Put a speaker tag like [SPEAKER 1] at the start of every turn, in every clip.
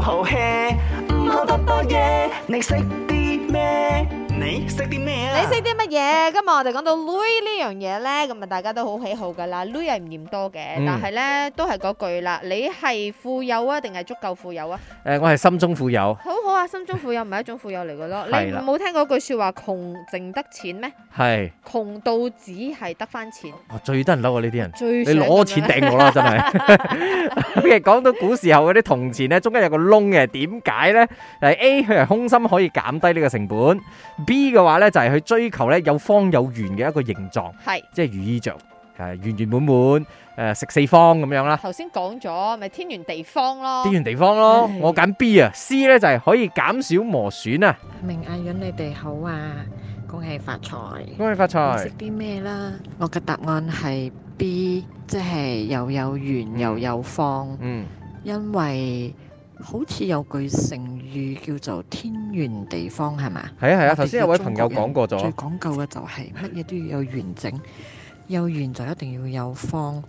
[SPEAKER 1] 好 hea，唔好得多嘢。你識啲咩？你識啲咩啊？
[SPEAKER 2] 你識啲乜嘢？今日我哋講到 Lui 呢樣嘢咧，咁啊大家都好喜好噶啦。Lui 係唔嫌多嘅，
[SPEAKER 3] 嗯
[SPEAKER 2] 但係咧都係嗰句啦，你係富有啊，定係足夠富有啊？
[SPEAKER 3] 誒，我係心中富有，
[SPEAKER 2] 好好啊，心中富有唔係一種富有嚟嘅咯。你
[SPEAKER 3] 係啦
[SPEAKER 2] 冇聽過句説話窮剩得錢咩？
[SPEAKER 3] 係
[SPEAKER 2] 窮到只係得翻錢，
[SPEAKER 3] 我最得人嬲啊！呢啲人，
[SPEAKER 2] 最
[SPEAKER 3] 你攞錢
[SPEAKER 2] 頂。
[SPEAKER 3] 掟我啦，真係。其實講到古時候嗰啲銅錢咧，中間有個窿嘅，點解咧？誒 A 佢係空心可以減低呢個成本，B 嘅話咧就係佢追求咧有方有圓嘅一個形狀，
[SPEAKER 2] 係
[SPEAKER 3] 即係如意象，誒圓圓滿滿，誒食四方咁樣啦。
[SPEAKER 2] 頭先講咗，咪天圓地方咯
[SPEAKER 4] 哦
[SPEAKER 3] 啲。圓地方咯
[SPEAKER 4] 唉，
[SPEAKER 3] 我揀 B 啊，C 咧就係可以減少磨損啊，
[SPEAKER 4] 明阿允你哋好啊，恭喜發財！
[SPEAKER 3] 恭喜發
[SPEAKER 4] 你識
[SPEAKER 3] 財。
[SPEAKER 4] 啲咩啦？我嘅答案係 B，即係又有圓又有方，
[SPEAKER 3] 嗯，
[SPEAKER 4] 因為好似有句成語叫做天圓地方，係嘛？
[SPEAKER 3] 係啊係
[SPEAKER 4] 我
[SPEAKER 3] 啊，
[SPEAKER 4] 哋
[SPEAKER 3] 頭先有位
[SPEAKER 4] 嘅
[SPEAKER 3] 朋
[SPEAKER 4] 中
[SPEAKER 3] 友
[SPEAKER 4] 國人
[SPEAKER 3] 講過咗
[SPEAKER 4] 最，講究嘅就係乜嘢都要有完整，有圓就一定要有方，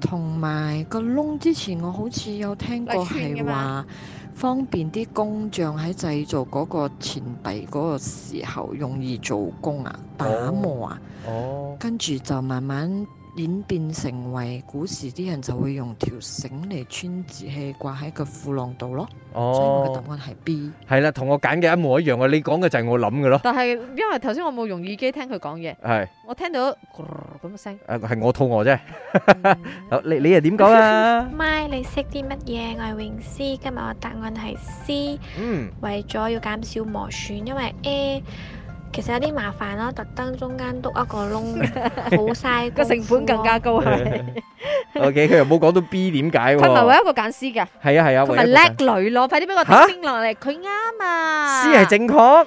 [SPEAKER 4] 同埋個窿之前我好似有聽過
[SPEAKER 2] 例圈㗎
[SPEAKER 4] 係
[SPEAKER 2] 嘛
[SPEAKER 4] 話方便啲工匠喺製造嗰個錢幣嗰個時候容易做工啊、打磨啊，
[SPEAKER 3] 哦，
[SPEAKER 4] 跟住就慢慢。演變成為古時啲人就會用條繩嚟穿字器掛喺個褲浪度咯，所以我嘅
[SPEAKER 3] 哦，
[SPEAKER 4] 答案係 B。
[SPEAKER 3] 係啦，同我揀嘅一模一樣啊，你講嘅就係我諗嘅咯，
[SPEAKER 2] 但係因為頭先我冇用耳機聽佢講嘢，
[SPEAKER 3] 係，
[SPEAKER 2] 我聽到咕咁嘅 聲。
[SPEAKER 3] 誒係我肚餓啫，
[SPEAKER 2] 嗯
[SPEAKER 3] 好你你又點講 啊？
[SPEAKER 5] 咪你識啲乜嘢？我係泳師，今日我答案係 C，
[SPEAKER 3] 嗯，
[SPEAKER 5] 為咗要減少磨損，因為 A 其實有啲麻煩咯，特登中間篤一個窿， 好嘥
[SPEAKER 2] 個成本更加高
[SPEAKER 5] 高。
[SPEAKER 2] 係咪？
[SPEAKER 3] OK，佢又冇講到 B 點解喎？
[SPEAKER 2] 佢唔係唯一一個揀 C 嘅，
[SPEAKER 3] 係啊係啊，
[SPEAKER 2] 佢咪
[SPEAKER 3] 唯一一個揀
[SPEAKER 2] 叻女咯，快啲俾我
[SPEAKER 3] 嚇
[SPEAKER 2] 叮叮落嚟，佢啱啊
[SPEAKER 3] C 係正確，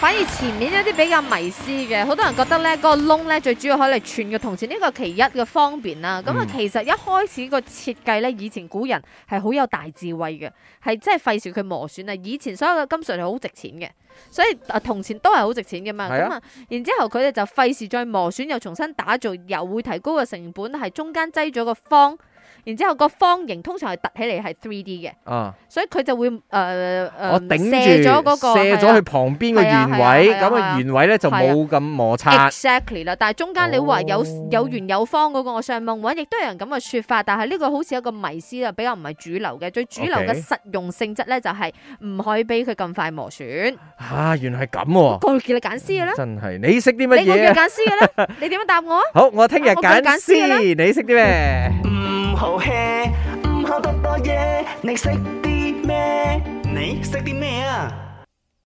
[SPEAKER 2] 反而前面一啲比較迷思嘅，好多人覺得咧嗰個窿咧最主要可以嚟串嘅銅錢，呢個其一嘅方便啦。咁啊
[SPEAKER 3] 嗯，
[SPEAKER 2] 其實一開始個設計咧，以前古人係好有大智慧嘅，係真係費事佢磨損啊。以前所有嘅金屬係好值錢嘅，所以啊銅錢都係好值錢嘅嘛。
[SPEAKER 3] 係啊
[SPEAKER 2] 咁啊，然之後佢哋就費事再磨損，又重新打造，又會提高個成本，係中間擠咗個方，然之後個方形通常係凸起嚟係 three D 嘅，
[SPEAKER 3] 啊，
[SPEAKER 2] 所以佢就會誒誒、呃呃
[SPEAKER 3] 我頂
[SPEAKER 2] 卸咗嗰、
[SPEAKER 3] 住
[SPEAKER 2] 個
[SPEAKER 3] 射
[SPEAKER 2] 係啊
[SPEAKER 3] 咗去旁邊個
[SPEAKER 2] 係啊
[SPEAKER 3] 原
[SPEAKER 2] 係啊
[SPEAKER 3] 位，
[SPEAKER 2] 係啊
[SPEAKER 3] 咁
[SPEAKER 2] 係啊
[SPEAKER 3] 啊原位咧就
[SPEAKER 2] 係啊
[SPEAKER 3] 冇咁摩擦，
[SPEAKER 2] exactly 啦，但係中間你話有
[SPEAKER 3] 哦
[SPEAKER 2] 有圓有方嗰個，我上網揾亦都有人咁嘅說法，但係呢個好似一個迷思啊啦，比較唔係主流嘅。最主流
[SPEAKER 3] OK
[SPEAKER 2] 嘅實用性質咧，就係唔可以俾佢咁快磨損。
[SPEAKER 3] 啊原來係咁喎。
[SPEAKER 2] 過叫你揀 C 嘅啦，
[SPEAKER 3] 真係，你識啲乜
[SPEAKER 2] 你我
[SPEAKER 3] 嘢
[SPEAKER 2] 叫
[SPEAKER 3] 啊？
[SPEAKER 2] 揀 C 嘅啦，你點樣答 我啊？
[SPEAKER 3] 好，我聽日
[SPEAKER 2] 我叫揀
[SPEAKER 3] 揀
[SPEAKER 2] C 啦
[SPEAKER 3] C，你識啲咩？
[SPEAKER 1] 唔好 hea，唔好得多嘢。你識啲咩？你識啲咩啊？